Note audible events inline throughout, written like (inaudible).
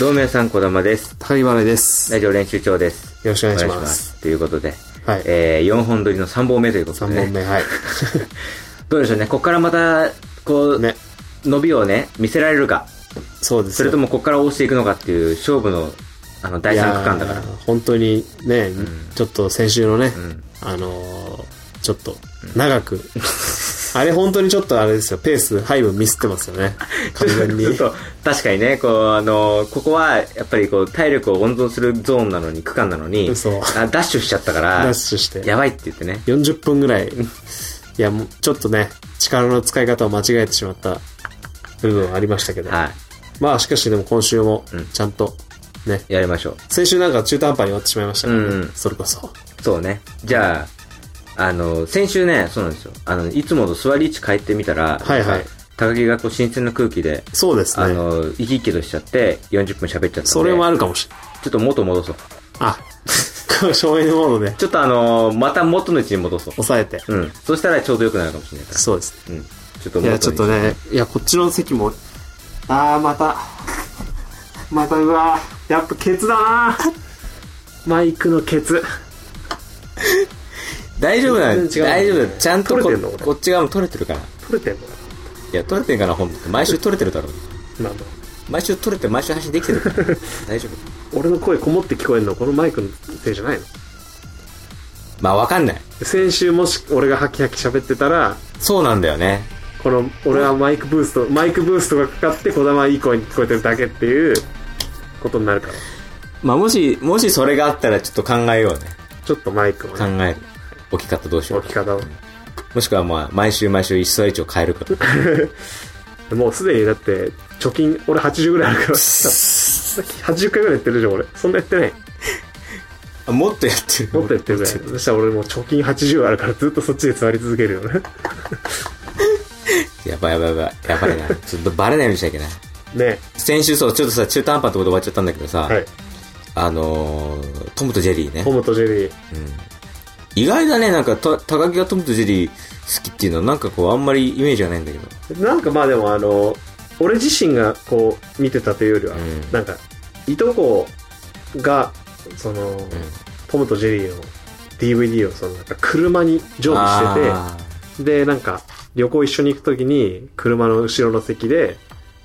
ローメンさん、こだまです。高木原です。ラよジオ練習長です。ろしくお願いしお願まいしす。ということで、はいえー、4本撮りの3本目ということ三で、ね、本目、はい。どうでしょうね、ここからまた、こう、 (laughs) ね、伸びをね、見せられるか、そうですそれともここから落ちていくのかっていう勝負の、あの、第3区間だからいや。ー本当にね、ちょっと先週のね、んあのーちょっと、長く、 (laughs) あれ本当にちょっとあれですよ、ペース配分ミスってますよ (laughs) ね。完全にちょ。っと確かにね、こう、あの、ここは、やっぱりこう、体力を温存するゾーンなのに、区間なのに、そうあダッシュしちゃったから、ダッシュしてやばいって言ってね。 40分ぐらい。いや、もうちょっとね、力の使い方を間違えてしまった部分はありましたけど。はまあ、しかしでも今週もん、ちゃんと、ね、い。やりましょ先週なんか中途半端に終わってしまいましたからね、うんうんそれこそ。う。そうね。じゃあ、あの、先週ね、そうなんですよ。あの、いつもと座り位置変えてみたら、はいはい高木がこう、新鮮な空気で、そうですあね。の、生き生きとしちゃって、40分喋っちゃったんで。それもあるかもしれない。ちょっと元戻そう。あ、 (laughs) 省エネモードでちょっとあの、また元の位置に戻そう。抑えて。うん。そしたらちょうど良くなるかもしれないから。そうですね。うん。ちょっといや、ちょっとね。ね、いや、こっちの席も、あー、また、また、うわー、やっぱケツだなーマイクのケツ。大丈夫だよ。全然違う大丈夫だよ。ちゃんと撮これてんの俺こっち側も取れてるから。取れてんのいや、取れてるから、本当毎週取れてるだろう。なんだ毎週取れて、毎週配信できてる (laughs) から。大丈夫。俺の声こもって聞こえるのこのマイクのせいじゃないのまあ、わかんない。先週もし俺がハキハキ喋ってたら、そうなんだよね。この、俺はマイクブースト、マイクブーストがかかって、小玉はいい声に聞こえてるだけっていうことになるから。まあ、もし、もしそれがあったら、ちょっと考えようね。ちょっとマイクを考えね、る。置き方どうしよう置きか。方を。もしくは、まあ、毎週毎週、一層一を変えるか。 (laughs) もうすでにだって、貯金、俺80ぐらいあ (laughs) るから、さっき80回ぐらいやってるじゃん、俺。そんなやってない。あもっとやってる。もっとやってるぐらい。そしたら俺もう貯金80あるから、ずっとそっちで座り続けるよ (laughs) ね。やばいやばいやばい。やばいな。ちょっとバレないようにしちゃいけない。ね先週そう、ちょっとさ、中途半端ってこと終わっちゃったんだけどさ、はい。あのー、トムとジェリーねホ。ムとジェリー。意外だね、なんか、た高木がトムとジェリー好きっていうのは、なんかこう、あんまりイメージがないんだけど。なんかまあでもあの俺自身がこう見てたというよりは、うんなんかいとこがその、トムとジェリーの DVD をそのなんか車に常備してあてでなんか旅行一緒に行く時に車の後ろの席で、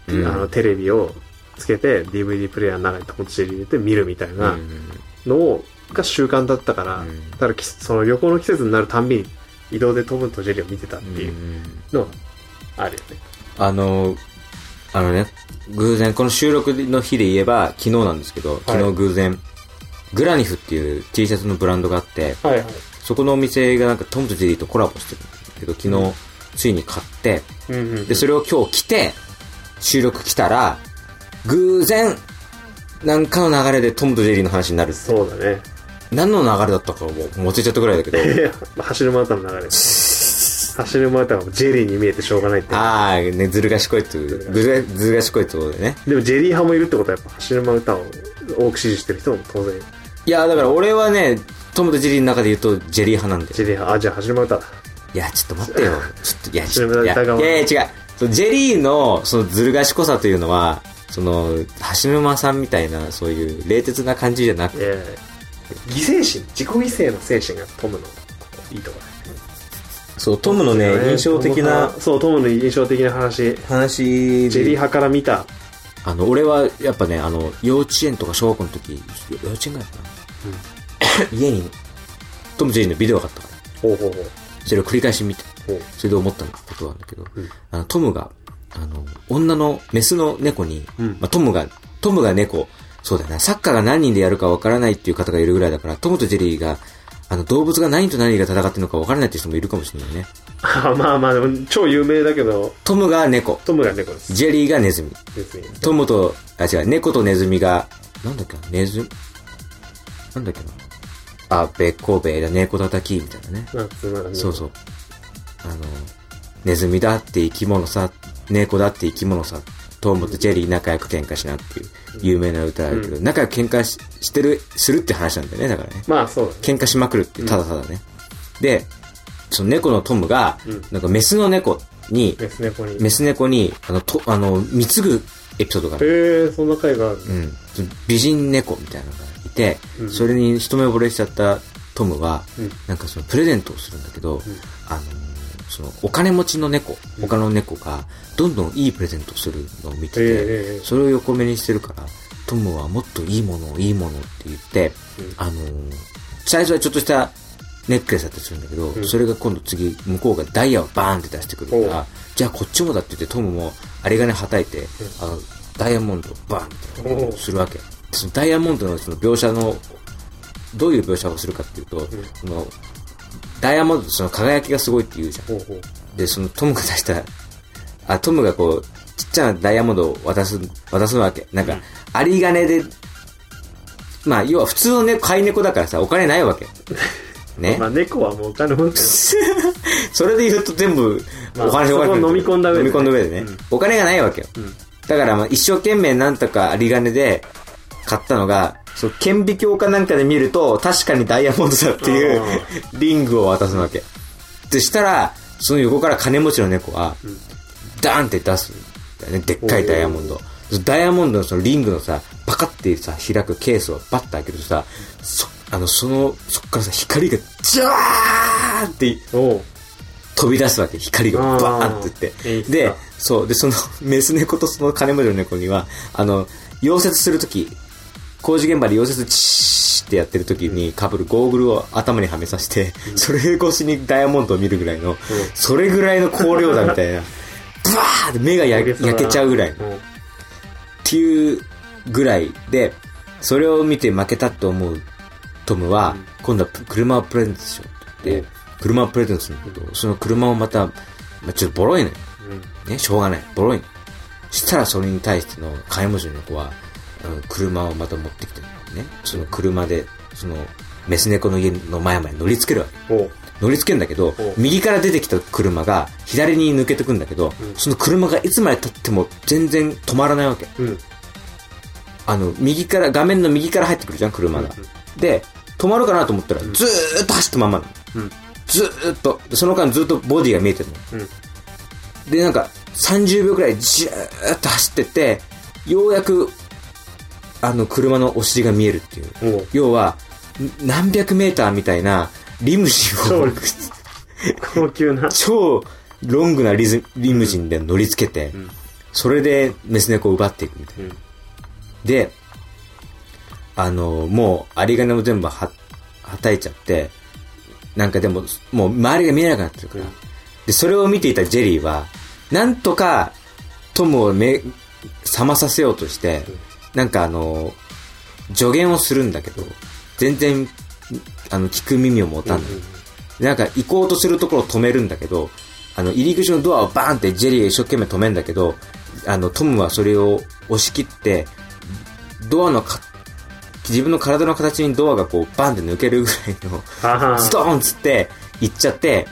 ーうんあのテレビをつけて DVD プレイヤーの中にトムとジェリー入れて見るみたいなのを、が習慣だったから、うんだからきその旅行の季節になるたんびに移動でトムとジェリーを見てたってうんいうのがあるよね、あの、あのね、偶然、この収録の日で言えば、昨日なんですけど、昨日偶然、グラニフっていう T シャツのブランドがあって、はいはいそこのお店がなんかトムとジェリーとコラボしてるんだけど、昨日、うんついに買って、うんうんうんで、それを今日着て、収録来たら、偶然、なんかの流れでトムとジェリーの話になるってそうだね。 (laughs) 何の流れだったかもう忘れちゃったぐらいだけど。いや走るマラタンの流れです。走るマラタンはジェリーに見えてしょうがないって。ああ、ね、ずる賢いという、ずるずる賢いということでね。でもジェリー派もいるってことはやっぱ走るマラタンを多く支持してる人も当然いや、だから俺はね、トムとジェリーの中で言うとジェリー派なんでジ。ェリー派。あ、じゃあ走るマラタンだ。いや、ちょっと待ってよ。ちょっと、いや、ちょっそと、いれや、またい我慢やいや違う。そのジェリーの、そのずる賢さというのは、その、橋沼さんみたいな、そういう冷徹な感じじゃなくて、ええ犠牲心、自己犠牲の精神がトムのいいところそう、トムのだよね、印象的なトムそう、トムの印象的な話。話ジェリー派から見た。あの、俺は、やっぱね、あの、幼稚園とか小学校の時、幼稚園ぐらいかな。家に、トム・ジェリーのビデオがあったから、ほうほうほう。それを繰り返し見て、ほうそれで思ったことなんだけど、うんあの、トムが、あの、女の、メスの猫に、うんまあ、トムが、トムが猫、そうだよな、サッカーが何人でやるかわからないっていう方がいるぐらいだから、トムとジェリーが、あの、動物が何と何が戦ってるのかわからないっていう人もいるかもしれないね。 (laughs) あまあまあ、でも超有名だけど、トムが猫、トムが猫です。ジェリーがネズミ。別に。トムと、あ、違う、猫とネズミが、なんだっけな、ネズ、なんだっけな。あ、べっこべだ、猫叩き、みたいなね。なんつうのそうそう。あの、ネズミだって生き物さ、猫だって生き物さ、トムとジェリー仲良く喧嘩しなっていう有名な歌あるけど、仲良く喧嘩ししてる、するって話なんだよね、だからね。まあそうだね。喧嘩しまくるっていう、ただただね。で、その猫のトムがうん、なんかメスの猫に、メス猫に。メス猫に、あの、と、あの、貢ぐエピソードがあえる。ー、そんな回がある。うん。美人猫みたいなのがいて、うんそれに一目惚れしちゃったトムは、うんなんかそのプレゼントをするんだけど、あの、そのお金持ちの猫、他の猫がどんどんいいプレゼントをするのを見てて、ええそれを横目にしてるから、トムはもっといいものをいいものって言って、うんあのー最初はちょっとしたネックレスだったりするんだけど、んそれが今度次、向こうがダイヤをバーンって出してくるかおうら、じゃあこっちもだって言ってトムもあれがねはたいて、あの、ダイヤモンドをバーンっておうするわけ。そのダイヤモンドのその描写の、どういう描写をするかっていうと、そのダイヤモンドってその輝きがすごいって言うじゃん。ほうほう。で、そのトムが出した、あ、トムがこう、ちっちゃなダイヤモンドを渡す、渡すわけ。なんか、有り金で、まあ、要は普通のね、飼い猫だからさ、お金ないわけ。ねま。あ、猫はもうお金持ってる。それで言うと全部、まあお金そがこを飲み込んだ上でね飲み込んだ上でねうん。お金がないわけよ。うん。だから、まあ、一生懸命なんとか有り金で買ったのが、そう、顕微鏡かなんかで見ると、確かにダイヤモンドだっていうあ、リングを渡すわけ。で、したら、その横から金持ちの猫は、ダーンって出すんだよね。でっかいダイヤモンド。そのダイヤモンドのそのリングのさ、パカってさ、開くケースをバッて開けるとさ、そ、あの、その、そっからさ、光が、ジャーンっておう。飛び出すわけ。光があーバーンってい言いっ。ってすでか、そう。で、その、 (laughs) メス猫とその金持ちの猫には、あの、溶接するとき、工事現場で溶接チーってやってるときに被るゴーグルを頭にはめさせて、それ越しにダイヤモンドを見るぐらいの、それぐらいの光量だみたいな、ブワーって目がや大げさだな焼けちゃうぐらいの。うんっていうぐらいで、それを見て負けたと思うトムは、今度は車をプレゼントしようって言って、車をプレゼントするんだけど、その車をまた、まあ、ちょっとボロいのよ。ね、しょうがない。ボロいの。したらそれに対しての買い物の子は、あの車をまた持ってきてね、その車で、その、メス猫の家の前まで乗りつけるわけ。うん。おう。乗りつけるんだけどお、右から出てきた車が左に抜けてくんだけど、その車がいつまで経っても全然止まらないわけ。うん。あの、右から、画面の右から入ってくるじゃん、車が。で、止まるかなと思ったら、ずーっと走ったまんまなの。うん。ずーっと。でその間ずっとボディが見えてるの。うん。で、なんか、30秒くらいじーっと走ってって、ようやく、あの、車のお尻が見えるっていおう。う。要は、ん何百メーターみたいな、リムジンを (laughs) そう、高級 (laughs) な。超ロングなリズリムジンで乗りつけて、んそれでメス猫を奪っていくみたいな。うん。で、あの、もう、有り金も全部は、はたいちゃって、なんかでも、もう周りが見えなくなってるから。うんで、それを見ていたジェリーは、なんとか、トムを目、覚まさせようとして、なんかあの、助言をするんだけど、全然、あの、聞く耳を持たない。なんか行こうとするところを止めるんだけど、あの、入り口のドアをバーンってジェリーが一生懸命止めんだけど、あの、トムはそれを押し切って、ドアのか、自分の体の形にドアがこうバンって抜けるぐらいの、ああ。ストーンっつって行っちゃって、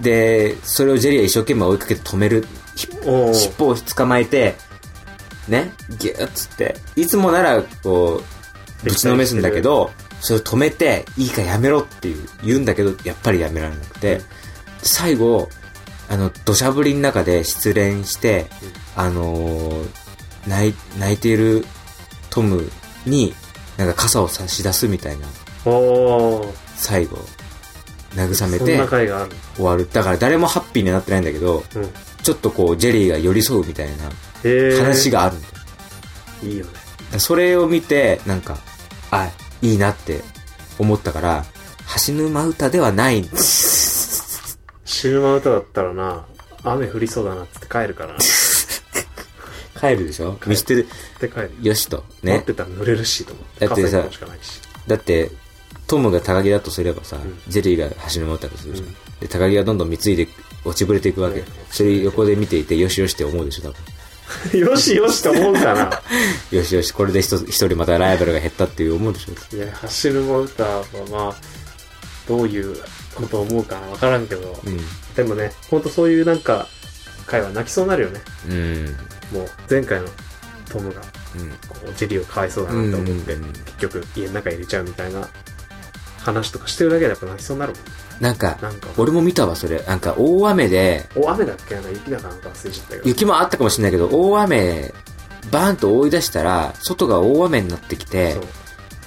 で、それをジェリーが一生懸命追いかけて止める、ひおう。尻尾を捕まえて、ね、ギューっつって、いつもならこう、ぶちのめすんだけど、それを止めて、いいからやめろっていう言うんだけど、やっぱりやめられなくて、最後、あの、土砂降りの中で失恋して、あのー泣い、泣いているトムに、なんか傘を差し出すみたいな、おう。最後、慰めそんてな回がある。終わる。だから誰もハッピーにはなってないんだけど、うん。ちょっとこう、ジェリーが寄り添うみたいな、へえ。話があるんだよ。いいよね。だからそれを見て、なんか、あ、いいなって思ったから、橋沼歌ではないんです。シルマ歌だったらな、雨降りそうだなっつって帰るからな。つ帰るでしょ見捨てる。って帰る。よしと。持っねて。たら濡れるしと思って。だってさ傘一本しかないし。 (laughs) だって、トムが高木だとすればさ、んジェリーが橋沼歌だとするじゃん。うんで、高木がどんどん貢いで、落ちぶれていくわけ。うんそれ横で見ていて、よしよしって思うでしょ、多分。よしよしと思うかな。よしよし、これで一つ一人またライバルが減ったっていう思うでしょ。いや、走るモンスターはまあ、どういうことを思うかわからんけど、うでもね、ほんとそういうなんか、回は泣きそうになるよね。ん。うん。もう、前回のトムが、こう、ジェリーをかわいそうだなと思って、うんうんうん結局、家の中に入れちゃうみたいな話とかしてるだけでやっぱ泣きそうになるもんね。なんか、なんか俺も見たわ、それ。なんか、大雨で、お、雨だっけな、雪だかなんか忘れちゃったけど。雪もあったかもしれないけど、大雨バーンと追い出したら、外が大雨になってきてそう、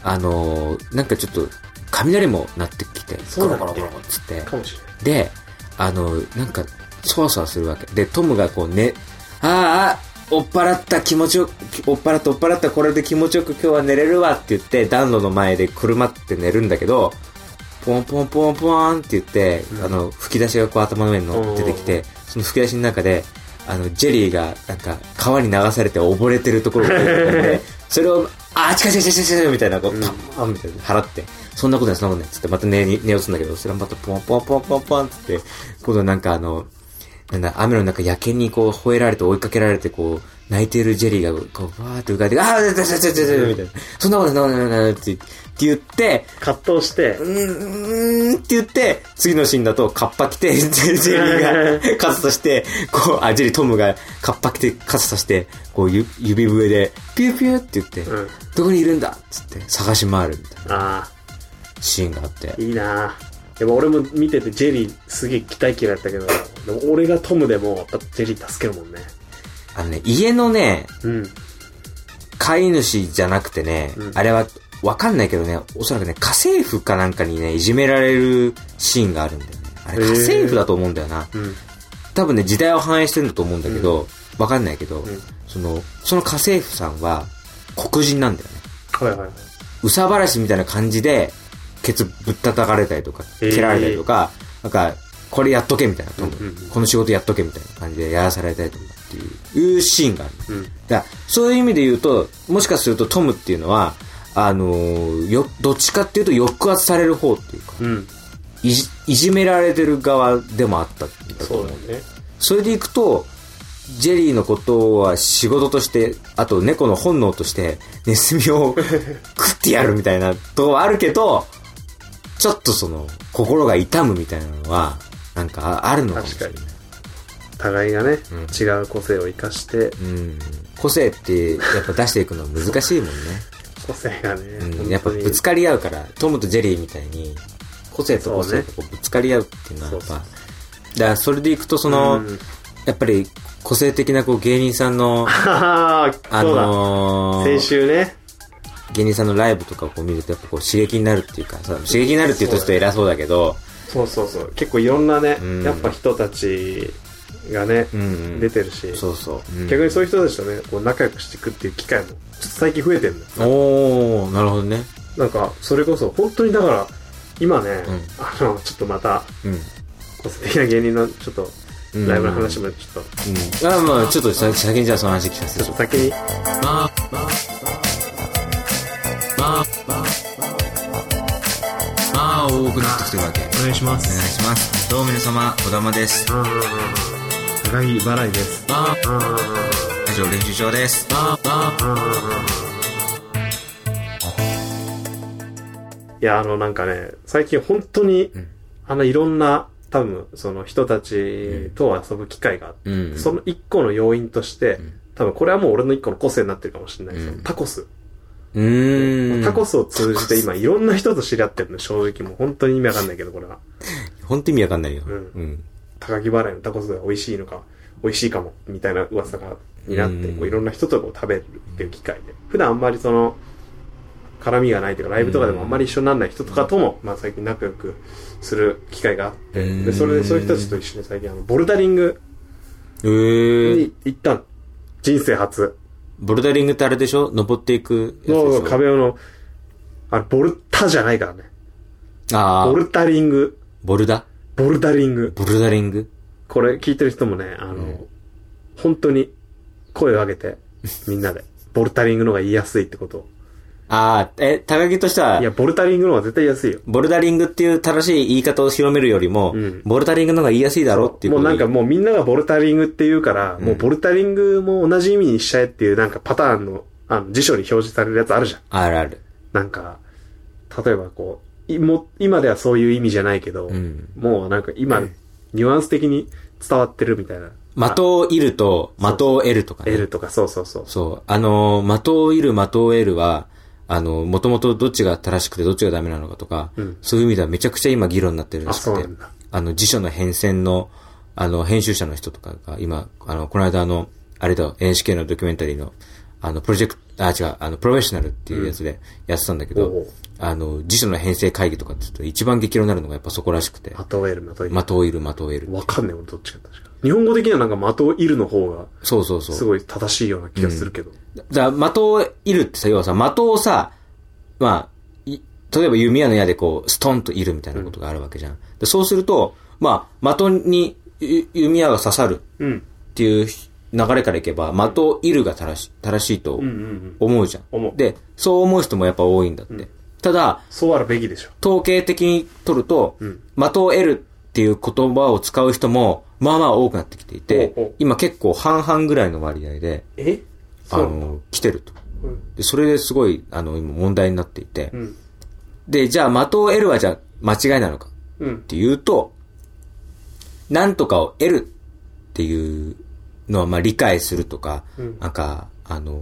あのーなんかちょっと、雷も鳴ってきて、そうだねゴロゴロゴロゴロっつって。かもしれないで、あの、なんか、そわそわするわけ。で、トムがこうね、あーあ、追っ払った気持ちよく、追っ払った追っ払ったこれで気持ちよく今日は寝れるわって言って、暖炉の前でくるまって寝るんだけど、ポンポンポンポーンって言って、うんあの、吹き出しがこう頭の上に乗って出てきおて、その吹き出しの中で、あの、ジェリーが、なんか、川に流されて溺れてるところが出てくるん (laughs) で、それを、あー、近い近い近い近い近いみたいな、こう、うんパンパンみたいな、払って、そんなことない、そんなことない、つって、また寝に、寝落ちするんだけど、それはまたポンポンポンポンポンつって、今度なんかあの、なんだ、雨の中、野犬にこう、吠えられて追いかけられて、こう、泣いているジェリーが、こう、わーって浮かれて、あー、ちょちょちょちょちょみたいな、そんなことない、そんなことない、そんなことないって言って、葛藤してう、ーん、うーんって言って、次のシーンだと、カッパ着て、ジェ (laughs) リーが、カスとして、こう、あ、ジェリー、トムが、カッパ着て、カスとして、こう、ゆ指笛で、ピューピューって言って、うんどこにいるんだっつって、探し回るみたいあなシーンがあってあ、いいなでも俺も見ててジェリーすげえ期待嫌いだったけどでも俺がトムでもやっぱジェリー助けるもんねあのね、家のね、うん飼い主じゃなくてね、うんあれは、わかんないけどね、おそらくね、家政婦かなんかにね、いじめられるシーンがあるんだよね。あれ、へ家ー政婦だと思うんだよな。うん多分ね、時代を反映してるんだと思うんだけど、わかんないけど、んその、その家政婦さんは、黒人なんだよね。はいはいはいうさばらしみたいな感じで、ケツぶったたかれたりとか、えー蹴られたりとか、なんか、これやっとけみたいな、多分うんうんうんこの仕事やっとけみたいな感じでやらされたりとかっていう、いうシーンがある。うんだからそういう意味で言うと、もしかするとトムっていうのは、あのーよ、どっちかっていうと抑圧される方っていうか、うんいじ、いじめられてる側でもあったっていうかそうだよねそれでいくと、ジェリーのことは仕事として、あと猫の本能として、ネズミを食ってやるみたいなとこはあるけど、ちょっとその、心が痛むみたいなのは、なんかああるのかもしれない。確互いがね、うん違う個性を生かしてうん。個性って、やっぱ出していくのは難しいもんね。個性がね、うん。本やっぱ当にぶつかり合うから、トムとジェリーみたいに、個性と個性とこうぶつかり合うっていうのはやっぱ、そうそだからそれでいくとその、うんやっぱり個性的なこう芸人さんの、あああ (laughs) そうだ、のー先週ね芸人さんのライブとかをこう見ると、やっぱこう刺激になるっていうか、さ刺激になるっていうとちょっと偉そうだけど、そうそうそう結構いろんなね、うんやっぱ人たちがね、うんうん出てるしそうそう。うん逆にそういう人たちとねこう仲良くしていくっていう機会もちょっと最近増えてるのおー、なるほどね。なんかそれこそ本当にだから今ね、うんあのちょっとまたうん。個性的な芸人のちょっとうんライブの話もちょっと、うん。あまあちょっとさ先にじゃあその話聞かせてちちょょっうと先にまあ多くなってきてるわけ。お願いしまお願いします。どうも皆様、小玉です。高木払いです以上練習場です。いやあのなんかね最近本当に、んあのいろんな多分その人たちと遊ぶ機会があって、うん。その一個の要因として、ん多分これはもう俺の一個の個性になってるかもしれない、うんそのタコスうーん。タコスを通じて今いろんな人と知り合ってるの正直もう本当に意味わかんないけどこれはほんと意味わかんないよ。うんうん。高木払いのタコスが美味しいのか美味しいかもみたいな噂がになってうんこういろんな人とこう食べるっていう機会で普段あんまりその絡みがないというかライブとかでもあんまり一緒にならない人とかとも、まあ、最近仲良くする機会があってうんでそれでそういう人たちと一緒に最近あのボルダリングえー、に行ったの人生初ボルダリングってあれでしょ登っていくやつでしのょ壁のあれボルタじゃないからねあボー、ルダリングボルダボルダリングボルダリングこれ聞いてる人もね、あの、ん本当に声を上 (laughs) げて、みんなで、ボルタリングの方が言いやすいってことを。ああ、え、高木としてはいや、、ボルタリングの方が絶対言いやすいよ。ボルダリングっていう正しい言い方を広めるよりも、うんボルダリングの方が言いやすいだろっていうもこうとなでんかもうみんながボルタリングって言うから、んもうボルタリングも同じ意味にしちゃえっていうなんかパターンの、あの、辞書に表示されるやつあるじゃん。あるある。なんか、例えばこう、いも今ではそういう意味じゃないけど、んもうなんか今、ニュアンス的に伝わってるみたいな。的を射ると、的を得るとかね。 L とか、そうそうそう。そう。あのー、的を射る、的を得るは、あのー、もともとどっちが正しくてどっちがダメなのかとか、うんそういう意味ではめちゃくちゃ今議論になってるらしあくそうてなんだ、あの、辞書の変遷の、あの、編集者の人とかが今、あの、この間あの、あれだ、NHK のドキュメンタリーの、あの、プロジェクト、あ、違う、あの、プロフェッショナルっていうやつでやってたんだけど、おうあの、辞書の編成会議とかって言うと一番激論になるのがやっぱそこらしくてま、とえる、まとえる。まといる、まといる。わかんない、俺どっちか確か。日本語的にはなんかまといるの方が、そうそうそう。すごい正しいような気がするけど。じゃあ、的を射るってさ、要はさ、的をさ、まあ、い例えば弓矢の矢でこう、ストンと射るみたいなことがあるわけじゃん。でそうすると、まあ、的にゆ弓矢が刺さるうん。っていう流れからいけば、的を射るが正し正しいとうんうんうん。思うじゃん。思うで、そう思う人もやっぱ多いんだって。ただ、そうあるべきでしょ。統計的に取ると、うん的を得るっていう言葉を使う人も、まあまあ多くなってきていておうおう、今結構半々ぐらいの割合で、えあそうなんだ。の、来てると。うんで、それですごい、あの、今問題になっていてう。ん。で、じゃあ、的を得るはじゃあ、間違いなのかっうん。ていうと、なんとかを得るっていうのは、まあ、理解するとか、うんなんか、あの、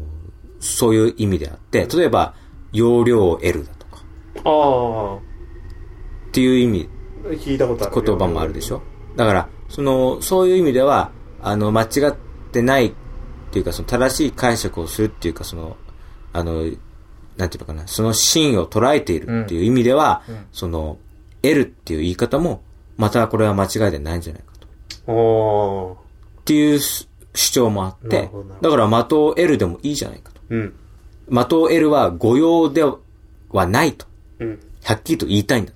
そういう意味であって、例えば、容量を得るだとか、ああ。っていう意味、聞いたことある。言葉もあるでしょ。だから、その、そういう意味では、あの、間違ってないっていうか、その正しい解釈をするっていうか、その、あの、なんていうのかな、そのシーンを捉えているっていう意味では、その、得るっていう言い方も、またこれは間違いでないんじゃないかと。ああ。っていう主張もあっなるてほどなる、だほから的を得るでもいいじゃないかと。うん。的を得るは誤用ではないと。うん。はっきりと言いたいんだ。っ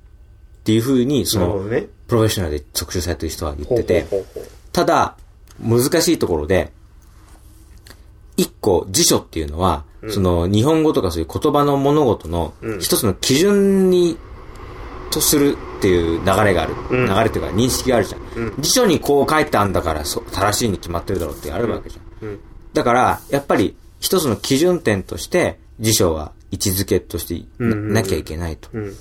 ていうふうに、そなるほどの、ね。プロフェッショナルで特集されてる人は言っほうてて、ほうほうほただ、難しいところで、一個辞書っていうのは、その日本語とかそういう言葉の物事のうん一つの基準に、とするっていう流れがある。うん流れというか認識があるじゃん。うん辞書にこう書いてあんだからそ正しいに決まってるだろうってあるわけじゃん。ううん。だから、やっぱり一つの基準点として辞書は位置づけとしてな,、うんうんきゃいけないと。うん。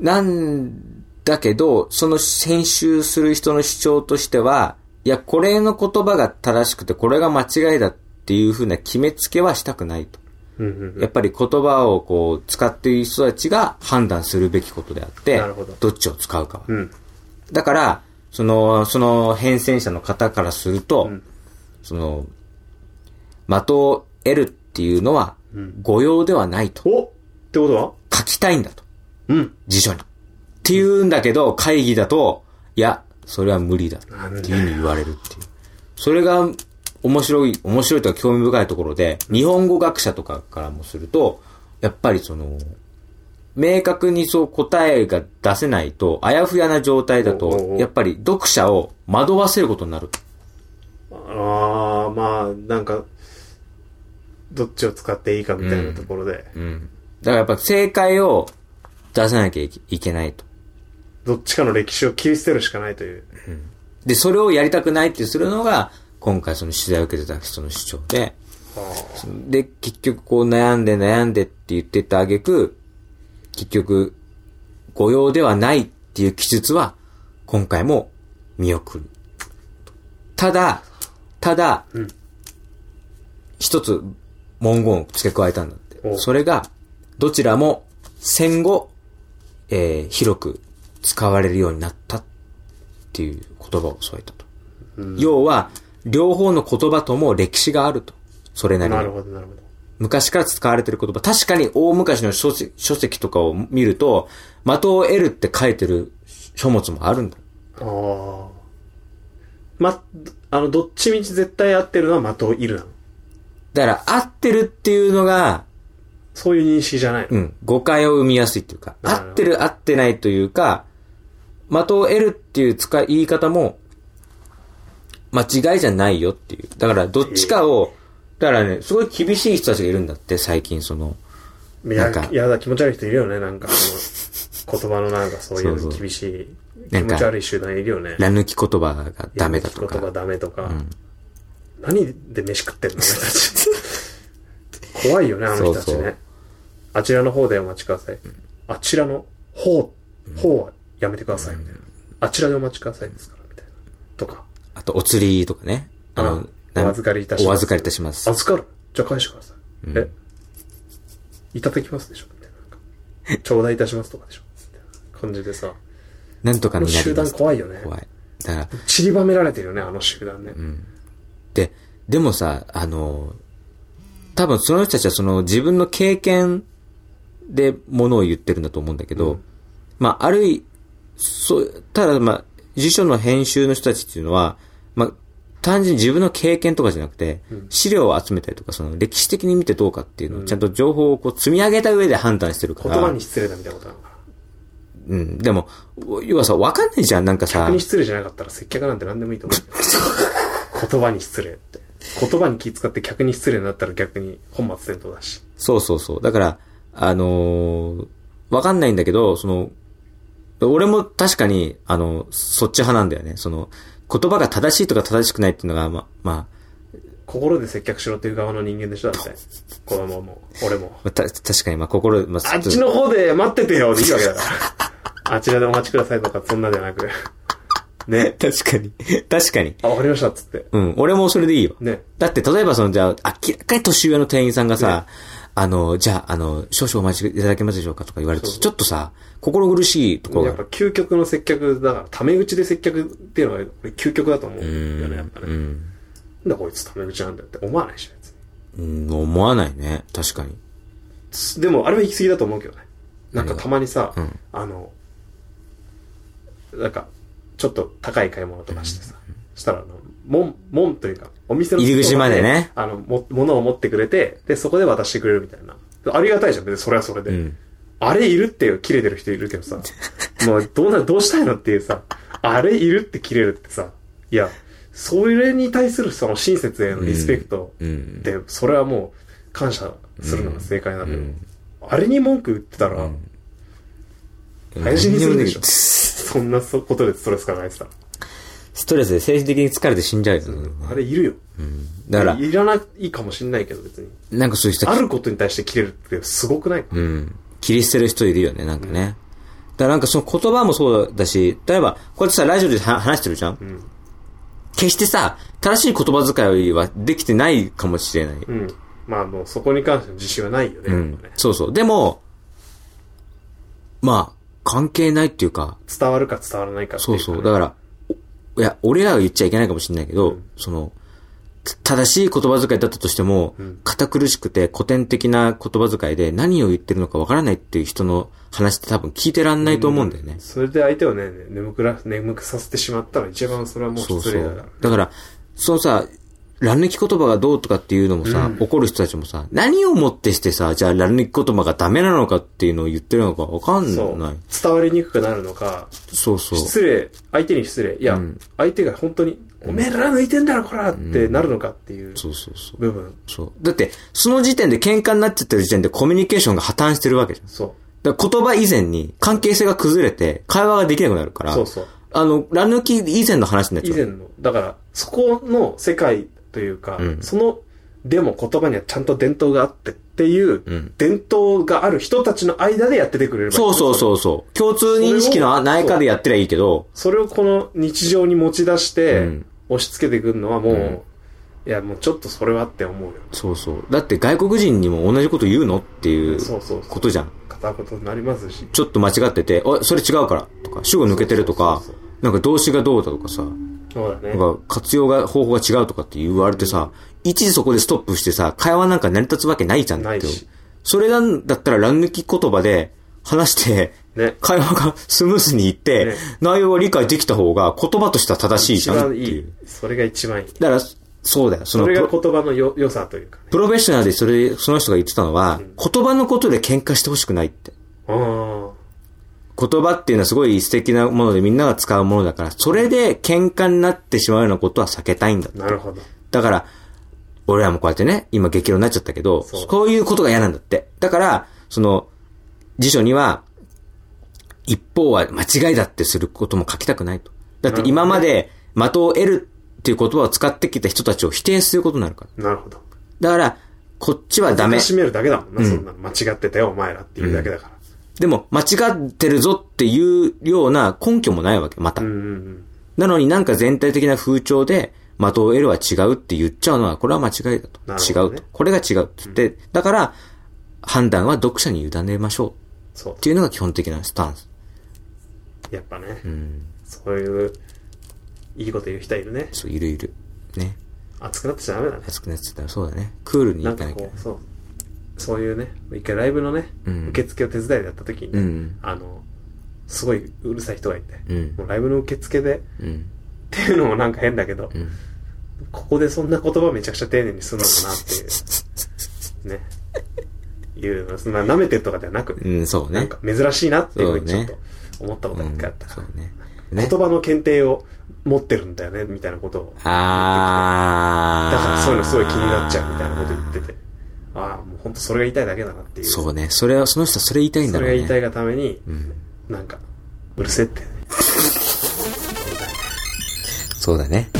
なんだけど、その編集する人の主張としては、いや、これの言葉が正しくて、これが間違いだっていうふうな決めつけはしたくないと。うんうん。やっぱり言葉をこう、使っている人たちが判断するべきことであって、なるほどっちを使うかは。うん。だから、その、その変遷者の方からすると、んその、的を得るっていうのは、誤用ではないと。おってことは書きたいんだと。うん。辞書に。っていうんだけど、会議だと、いや、それは無理だ。っていうふうに言われるっていう。それが、面白い、面白いというか興味深いところで、日本語学者とかからもすると、やっぱりその、明確にそう答えが出せないと、あやふやな状態だおうおうおと、うやっぱり読者を惑わせることになる。ああ、まあ、なんか、どっちを使っていいかみたいなところで、うん。だからやっぱ正解を出さなきゃいけいけないと。どっちかの歴史を切り捨てるしかないという。で、それをやりたくないってするのが、今回その取材を受けてた人の主張で、で、結局こう悩んで悩んでって言ってた挙句、結局、誤用ではないっていう記述は、今回も見送る。ただ、ただ、一つ文言を付け加えたんだって。おそれが、どちらも戦後、えー広く使われるようになったっていう言葉を添えたと。要は、両方の言葉とも歴史があると。それなりなにる。ほど、なるほど。昔から使われてる言葉。確かに大昔の書籍書籍とかを見ると、的を得るって書いてる書物もあるんだ。ああ。ま、あの、どっちみち絶対合ってるのは的をいるなの。だから、合ってるっていうのが、そういう認識じゃないの。うん、誤解を生みやすいっていうか、なるほど合ってる合ってないというか、的を得るっていう使い、言い方も、間違いじゃないよっていう。だから、どっちかを、だからね、すごい厳しい人たちがいるんだって、最近その、いやなんかやだ、気持ち悪い人いるよね、なんか、その、言葉のなんかそういそううそう厳しい、な気んか持ち悪い集団いるよね。ら抜き言葉がダメだと言葉か。ダメとか。何で飯食ってんの俺たち。怖いよね、あの人たちね。そうそうあちらの方でお待ちください。あちらの方、方はやめてください、みたいな。あちらでお待ちくださいですから、みたいな。とか。あと、お釣りとかね。あの、あなんお預かりいたします。お預かりいたします。預かるじゃあ返してください。えいただきますでしょみたいななんか。頂戴いたしますとかでしょみたいな感じでさ。なんとかになります集団怖いよね。怖い。だから、散りばめられてるよね、あの集団ね。で、でもさ、あの、多分その人たちはその自分の経験でものを言ってるんだと思うんだけど、まあ、あるい、そう、ただまあ、辞書の編集の人たちっていうのは、まあ、単純に自分の経験とかじゃなくて、資料を集めたりとか、その歴史的に見てどうかっていうのを、ちゃんと情報をこう積み上げた上で判断してるか言ら。葉に失礼だみたいなことなのかな。うん。でも、要はさ、わかんないじゃん、なんかさ逆に。失礼じゃなかったら接客なんて何でもいいと思うよ。言葉に失礼って。言葉に気使って客に失礼になったら逆に本末転倒だし。そうそうそう。だから、あのーわかんないんだけど、その、俺も確かに、あの、そっち派なんだよね。その、言葉が正しいとか正しくないっていうのが、ま、ま心で接客しろっていう側の人間でしょだって。子供も、俺も。あ、た、確かに、まあ、心、まあ、あっちの方で待っててよでいいわけ (laughs) だから。あちらでお待ちくださいとか、そんなじゃなく。ね。確かに。 (laughs) 確かに。あ、わかりましたっつって。うん、俺もそれでいいよ。ね。だって、例えばその、じゃあ、明らかに年上の店員さんがさ、あの、じゃあ、あの、少々お待ちいただけますでしょうかとか言われると、ちょっとさ、心苦しいところやがっぱ究極の接客だから、タメ口で接客っていうのが俺究極だと思ううんよね、やっぱね。うなんん。だこいつタメ口なんだよって思わないし、別にうん、思わないね。確かに。でも、あれは行き過ぎだと思うけどね。なんかたまにさ、うんあの、なんか、ちょっと高い買い物とかしてさ、したら、あの、門、門というか、お店の入り口までねあの、も、物を持ってくれて、で、そこで渡してくれるみたいな。ありがたいじゃん、別にそれはそれで。うん。あれいるって切れてる人いる (laughs) けどさ、もうどうな、どうしたいのっていうさ、あれいるって切れるってさ、いや、それに対するその親切へのリスペクト、うん。で、それはもう感謝するのが正解なんだけど、うんあれに文句言ってたら、ん配信にする何にもなでしょいスそんなそことでストレス考えてたら、トレスで精神的に疲れて死んじゃうよ。あれいるよ。だから、いらないかもしんないけど別に。なんかそういう人あ、ることに対して切れるってすごくないか、うん。切り捨てる人いるよね、なんかね。だからなんかその言葉もそうだし、例えば、こうやってさ、ラジオでは話してるじゃん、ん決してさ、正しい言葉遣いはできてないかもしれない。うん、まあもうそこに関しての自信はないよね。うやっんぱね。そうそう。でも、まあ、関係ないっていうか、伝わるか伝わらないかっていそうかね、うそう。だから、おいや、俺らが言っちゃいけないかもしれないけど、その、つ正しい言葉遣いだったとしても、堅苦しくて古典的な言葉遣いで何を言ってるのかわからないっていう人の話って多分聞いてらんないと思うんだよね。それで相手をね、眠くら、眠くさせてしまったら一番それはもうそう失そ礼だからう。。だから、そのさ、乱抜き言葉がどうとかっていうのもさ、怒る人たちもさ、何をもってしてさ、じゃあ乱抜き言葉がダメなのかっていうのを言ってるのかわかんそうない。伝わりにくくなるのか、そうそう。失礼、相手に失礼。いや、相手が本当に、おめえら抜いてんだろ、こらってなるのかっていうそうそうそう。部分。そう。だって、その時点で喧嘩になっちゃってる時点でコミュニケーションが破綻してるわけじゃん。そだから言葉以前に関係性が崩れて会話ができなくなるかう。ら、そうそう。あの、ラ抜き以前の話になっち以ゃう。前の、だから、そこの世界というか、うんその、でも言葉にはちゃんと伝統があってっていう、ん伝統がある人たちの間でやっててくれればいいそうそうそうそう。共通認識のないかでやってりゃいいけど、それをこの日常に持ち出して、うん押し付けてくるのはもう、いや、もうちょっとそれはって思うよ。そうそう。だって外国人にも同じこと言うのっていうそうそうそこう。とじゃん。片言になりますし。ちょっと間違ってて、あ、それ違うからとか、主語抜けてるとかそうそうそ、なんか動詞がどうだとかさ、そうだなね。んか活用が、方法が違うとかって言われてさ、一時そこでストップしてさ、会話なんか成り立つわけないじゃんなっいてし。それなんだったら乱抜き言葉で話して、 (laughs) ね。会話がスムーズにいって、ね内容が理解できた方が言葉としては正しいじ一ゃんっ番ていいう。い。それが一番いい。だから、そうだよ。そのそれがプロ言葉のよ良さというかね。プロフェッショナルでそれ、その人が言ってたのは、言葉のことで喧嘩してほしくないって。あ言葉っていうのはすごい素敵なものでみんなが使うものだから、それで喧嘩になってしまうようなことは避けたいんだあ、。なるほど。だから、俺らもこうやってね、今激論になっちゃったけど、そうこういうことが嫌なんだって。だから、その、辞書には、一方は間違いだってすることも書きたくないと。だって今まで、的を得るっていう言葉を使ってきた人たちを否定することになるから。なるほど。だから、こっちはダメ楽。しめるだけだもんな、そんなの。間違ってたよ、お前らっていうだけだから。でも、間違ってるぞっていうような根拠もないわけ、また。うんうんうん。なのになんか全体的な風潮で、的を得るは違うって言っちゃうのは、これは間違いだと。なる違ほどうねと。これが違うって言って、だから、判断は読者に委ねましょうそうっていうのが基本的なスタンス。。やっぱね、うん。そういう、いいこと言う人はいるね。そう、いるいる。ね。熱くなってちゃダメだね。熱くなっちゃったらそうだね。クールにないんかかなきゃこ。う、そう。そういうね、一回ライブのね、うん受付を手伝いでやった時にね、うんあの、すごいうるさい人がいて、うんもうライブの受付で、っうん。ていうのもなんか変だけど、うん。ここでそんな言葉めちゃくちゃ丁寧にするのかなっていう、ね。いう、そんな舐めてるとかではなく、うん、そうね。なんか珍しいなっていうふうにちそうょねっと思ったことうがん一回あった。そうね。言ね。葉の検定を持ってるんだよね、みたいなことを。あー。だからそういうのすごい気になっちゃうみたいなこと言ってて。ああ、もう本当それが言いたいだけだなっていう。そうね。それは、その人はそれ言いたいんそだろうれがね。言いたいがために、うん。なんか、うるせえって。そうだね。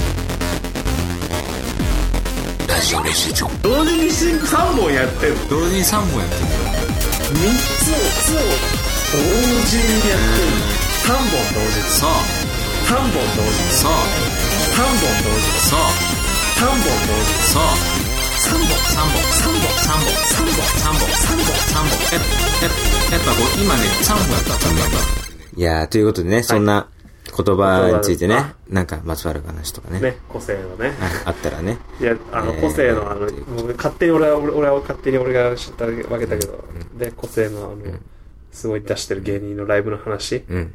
ラジオ練習場。同時にシンク3本やってる。3同時に3本やってるつを、つを、同時にやってる。3本同時。そう、 3本同時。そう、 3本同時。そう、 3本同時。そう。 3本。 3本、3本、3本、3本、3本、3本、3本。え、え、やっぱこう、今ね、3本やった、3本やった。いやー、ということでね、そんな言葉についてね、なんかまつわる話とかね。ね、個性のね。ああったらね。いや、あの、ねえ個性の、あの、というもう勝手に俺は、俺俺は勝手に俺が知ったわけだけど、で、個性の、あの、すごい出してる芸人のライブの話、うん。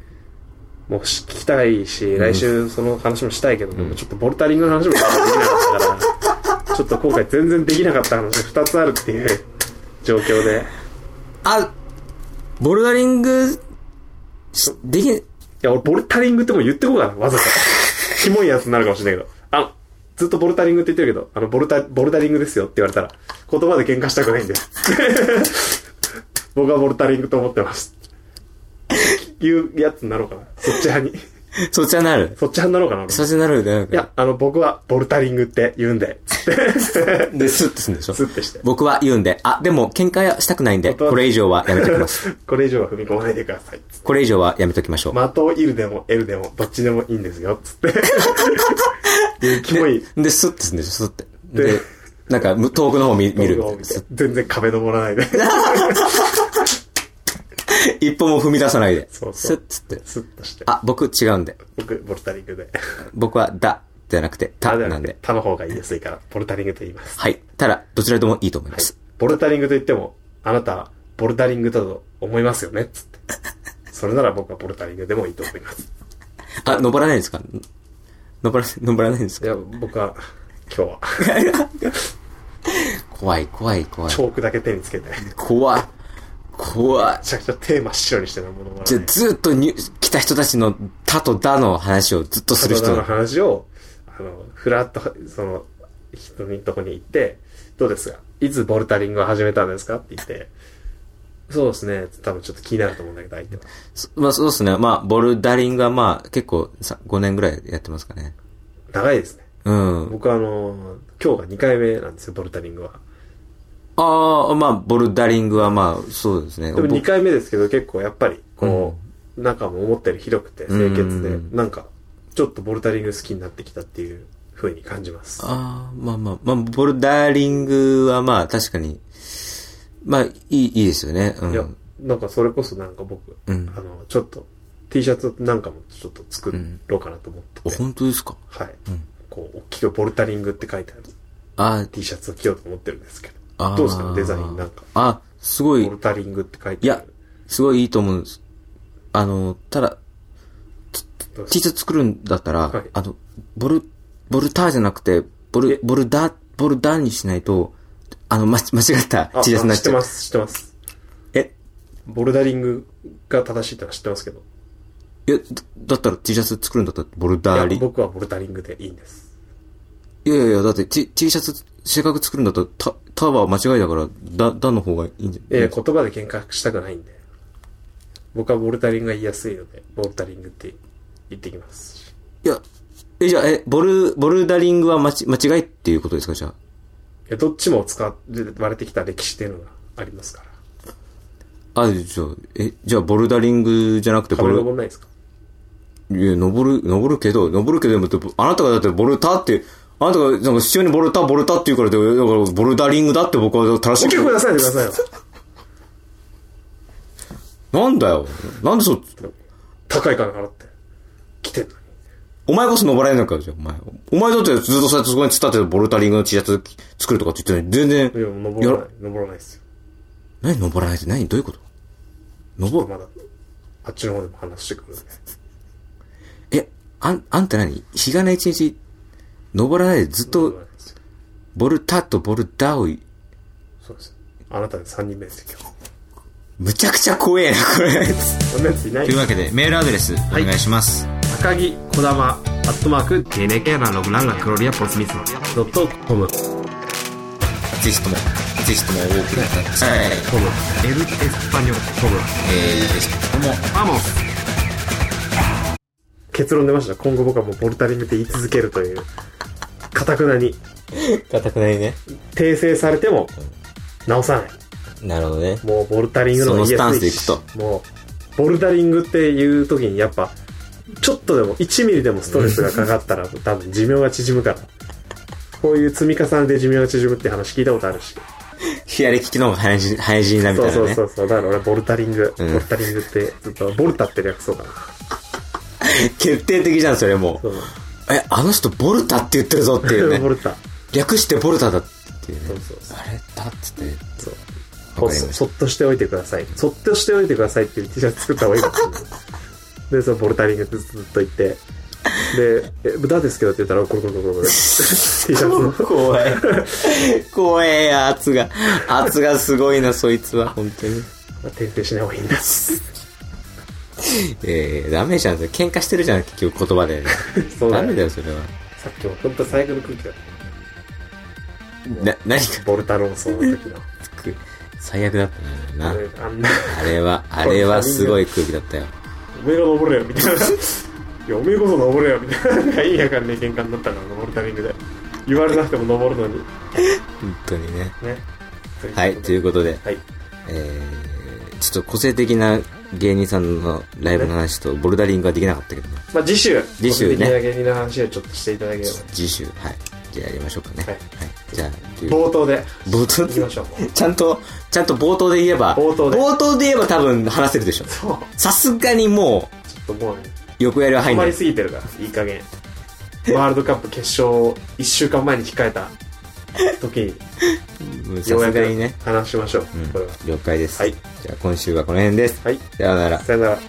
もうし聞きたいし、来週その話もしたいけど、でもちょっとボルダリングの話もできなかったから、ちょっと今回全然できなかった話が2つあるっていう状況で、いあ、ボルダリング、しでき、や、俺ボルダリングってもう言ってこうかな、わ (laughs) ざと。キモいやつになるかもしれないけど、あの、ずっとボルダリングって言ってるけど、あの、ボルタ、ボルダリングですよって言われたら、言葉で喧嘩したくないんで。僕はボルダリングと思ってます。いうやつになろうかな。そっち派に。そっちはなる。そっち派になろうかな、俺そっちはなるだよ。いや、あの、僕はボルタリングって言うんで、 (laughs) つって、で、スッとするんでしょスッてして。僕は言うんで、あ、でも喧嘩はしたくないんで、当はこれ以上はやめときます。これ以上は踏み込まないでください。これ以上はやめときましょう。的を射るでも得るでも、どっちでもいいんですよ、(laughs) つって。いうキモいで、スッてするんでしょスッて。でで、なんか、む遠くの方を見見るみた動画いを見なてスッ。全然壁登らな (laughs) いで。一歩も踏み出さないで。そうそうスッつって。スッとして。あ、僕違うんで。僕、ボルタリングで。僕はだ、じゃなくて、たあではななんくでて。他の方が言いやすいから、ボルタリングと言います。はい。ただ、どちらでもいいと思います。ボルタリングと言っても、あなたはボルタリングだと思いますよね、つって。それなら僕はボルタリングでもいいと思います。あ、登らないですか登ら、登らないですいかや、僕は、今 (laughs) 日は、怖い、怖い、怖いチ。ョークだけ手につけて、め怖い。怖い。ちゃくちゃ手真っ白にしてるものもらじゃあ、ずっとに来た人たちの、たとだの話をずっとする体の人。話を、あの、ふらっと、その、人のとこに行って、どうですかいつボルタリングを始めたんですかって言って、そうですね。多分ちょっと気になると思うんだけど、相手は。そまあ、そうですね。まあ、ボルダリングはまあ、結構さ、5年ぐらいやってますかね。長いですね。うん。僕はあの、今日が2回目なんですよ、ボルタリングは。ああ、まあ、ボルダリングはまあ、そうですね。でも2僕回目ですけど、結構やっぱり、こう、中も思ったより広くて、清潔うでん、なんか、ちょっとボルタリング好きになってきたっていう風に感じます。ああ、まあまあ、まあ、ボルダリングはまあ、確かに、まあ、いい、いいですよね。ういやん。、なんかそれこそなんか僕、うんあの、ちょっと T シャツなんかもちょっと作ろうかなと思っておて、本当ですかはい。こう、大きくボルタリングって書いてあるあ T シャツを着ようと思ってるんですけあーど、どうですかデザインなんか。あ、すごいボル、タリングって書いいてあやる。、すごいいいと思うんです。あの、ただ、どうです T シャツ作るんだったら、はいあの、ボル、ボルターじゃなくて、ボルえ、ボルダ、ボルダーにしないと、あの、ま、間違ったあ T シャツになっあ知っちてゃまう。す、知ってます。え、ボルダリングが正しいってのは知ってますけど、いや、だだったら T シャツ作るんだったら、ボルいダーやリング僕はボルダリングでいいんです。いやいやいや、だって T, T シャツ、せっかく作るんだったら、た、タワー間違いだから、だ、だの方がいいんじゃいなや、い言葉で喧嘩したくないんで、僕はボルダリングが言いやすいので、ボルダリングって言ってきます。いや、え、じゃあ、え、ボル、ボルダリングは間ち間違いっていうことですか、じゃあ。いや、どっちも使われてきた歴史っていうのがありますから。あ、じゃあ、え、じゃあ、ボルダリングじゃなくて、ボ壁ル、登んないですかいや、登る、登るけど、登るけど、でもだって、あなたがだってボルタって、あなたが、なんか、必要にボルタ、ボルタって言うからで、だから、ボルダリングだって僕は正しおい客くださいてくださいよ。なんだよ。なんでそ、高い金払って。来てんのに。お前こそ登られないからじゃん、お前。お前だってずっとさ、そこに伝ってボルタリングの T シャツ作るとかって言ってたのに、全いや、然、登らやならい。登らないですよ。何登らないって何どういうこと登るまだ、あっちの方でも話してくるんで。え、あん、あんた何日がない一日、登らないでずっ登と、らないですよボルタとボルダーを、そうですよ。あなたで3人目ですよ、今むちゃくちゃ怖えな、これ。日。そんなやついないというわけで、メールアドレス、お願いします。高木こだまアットマーク TNK のログランがクロリアポスミスの。ドットコムぜひとも、ぜひともお送りください。コムエルエスパニョコムえー、ぜひとも、あも結論出ました。今後僕はもうボルタリングって言い続けるという、かたくなに、かたくなにね。訂正されても、直さない。なるほどね。もうボルタリングのそのスタンスでいいくともう、ボルダリングっていう時にやっぱ、ちょっとでも、1ミリでもストレスがかかったら、多分寿命が縮むから。こういう積み重ねで寿命が縮むって話聞いたことあるし。左利きの方が早死早死になみたいそうなね。そうそうそう。だから俺、ボルタリング。うんボルタリングって、ずっと、ボルタって略そうかな。決定的じゃん、それも。そううえ、あの人、ボルタって言ってるぞって (laughs) いう (laughs) ね。ボルタ。略してボルタだっていうそうね。そうそう。あれだっつって。そうわかりそましそっとしておいてください。そっとしておいてくださいっていう T シャツ作った方がいいかもしれない。で、そのボルタリングずっと言って、で、え、豚ですけどって言ったら、コロコロコ (laughs) ロコロ。T シャツの。た。怖い。怖えや、圧が。圧がすごいな、そいつは、本当に。訂正しない方がいいんだ。えー、ダメじゃん、それ喧嘩してるじゃん、結局言葉で。そうだダねメだよ、それは。さっきも本当最悪の空気だった。な、何かボルタ論争の時の。つく、最悪だったな、あれな。あんな、あれは、あれはすごい空気だったよ。おめえが登れよ、みたいな。いや、おめえこそ登れよ、みたいな。なんか意味わかんねえ喧嘩になったから、ボルタリングで。言われなくても登るのに。本当にね。ね。はい、ということで、はい。えー、ちょっと個性的な芸人さんのライブの話とボルダリングはできなかったけどね。まあ、次週。次週ね個性的な芸人の話をちょっとしていただければ。次週、はい。じゃあやりましょうかね。ははいい。じゃあ、という冒頭で。冒頭行きましょう。ちゃんと、ちゃんと冒頭で言えば、冒頭で言えば多分話せるでしょ。そう。さすがにもちょっともうね、う、横やりは入止んまなりい。すぎてるから、いい加減。ワールドカップ決勝を1週間前に控えた時に、うんさようやすがにねく。話しましょう。これは。了解です。はいじゃあ今週はこの辺です。はい。さようなら。さよなら。